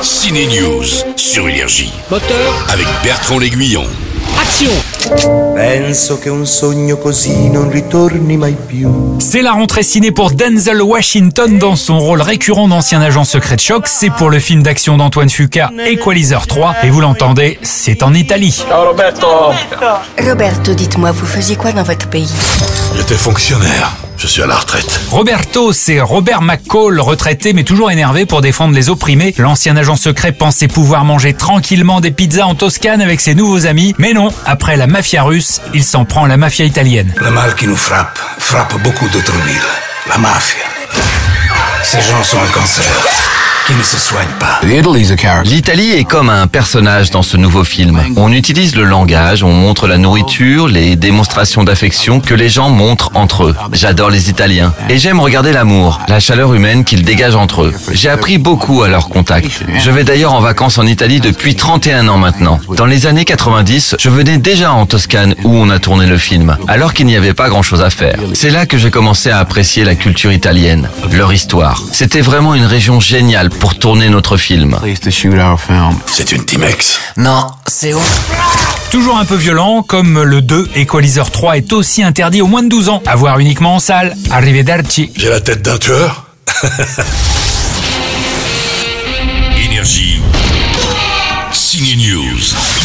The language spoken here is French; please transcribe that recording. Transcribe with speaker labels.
Speaker 1: Ciné News sur Énergie
Speaker 2: Moteur,
Speaker 1: avec Bertrand L'Aiguillon.
Speaker 2: action
Speaker 3: Penso che un sogno così non ritorni mai più.
Speaker 4: C'est la rentrée ciné pour Denzel Washington dans son rôle récurrent d'ancien agent secret de choc. C'est pour le film d'action d'Antoine Fuqua, Equalizer 3. Et vous l'entendez, c'est en Italie.
Speaker 5: Ciao Roberto!
Speaker 6: Roberto, dites-moi, vous faisiez quoi dans votre pays
Speaker 1: J'étais fonctionnaire. Je suis à la retraite.
Speaker 4: Roberto, c'est Robert McCall, retraité mais toujours énervé pour défendre les opprimés. L'ancien agent secret pensait pouvoir manger tranquillement des pizzas en Toscane avec ses nouveaux amis. Mais non, après la mafia russe, il s'en prend à la mafia italienne.
Speaker 7: Le mal qui nous frappe frappe beaucoup d'autres villes. La mafia. Ces gens sont un cancer qui ne se soigne pas.
Speaker 8: L'Italie est comme un personnage dans ce nouveau film. On utilise le langage, on montre la nourriture, les démonstrations d'affection que les gens montrent entre eux. J'adore les Italiens. Et j'aime regarder l'amour, la chaleur humaine qu'ils dégagent entre eux. J'ai appris beaucoup à leur contact. Je vais d'ailleurs en vacances en Italie depuis 31 ans maintenant. Dans les années 90, je venais déjà en Toscane où on a tourné le film, alors qu'il n'y avait pas grand chose à faire. C'est là que j'ai commencé à apprécier la culture italienne, leur histoire. C'était vraiment une région géniale pour tourner notre film.
Speaker 1: C'est une Timex.
Speaker 9: Non, c'est ouf.
Speaker 4: Toujours un peu violent, comme le 2, Equalizer 3 est aussi interdit aux moins de 12 ans. À voir uniquement en salle. Arrivederci.
Speaker 1: J'ai la tête d'un tueur. Énergie. Ciné News.